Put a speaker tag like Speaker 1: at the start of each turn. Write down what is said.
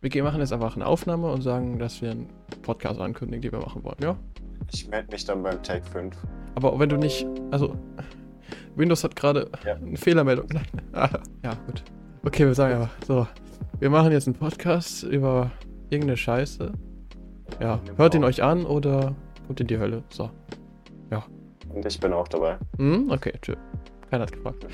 Speaker 1: Wir gehen- machen jetzt einfach eine Aufnahme und sagen, dass wir einen Podcast ankündigen, den wir machen wollen, ja?
Speaker 2: Ich melde mich dann beim Tag 5.
Speaker 1: Aber wenn du nicht, also Windows hat gerade
Speaker 2: Ja.
Speaker 1: eine Fehlermeldung. Ah, ja, gut. Okay, wir sagen einfach, so, wir machen jetzt einen Podcast über irgendeine Scheiße. Ja, hört ihn euch an oder kommt in die Hölle. So.
Speaker 2: Und ich bin auch dabei.
Speaker 1: Hm, okay, tschö. Keiner hat gefragt.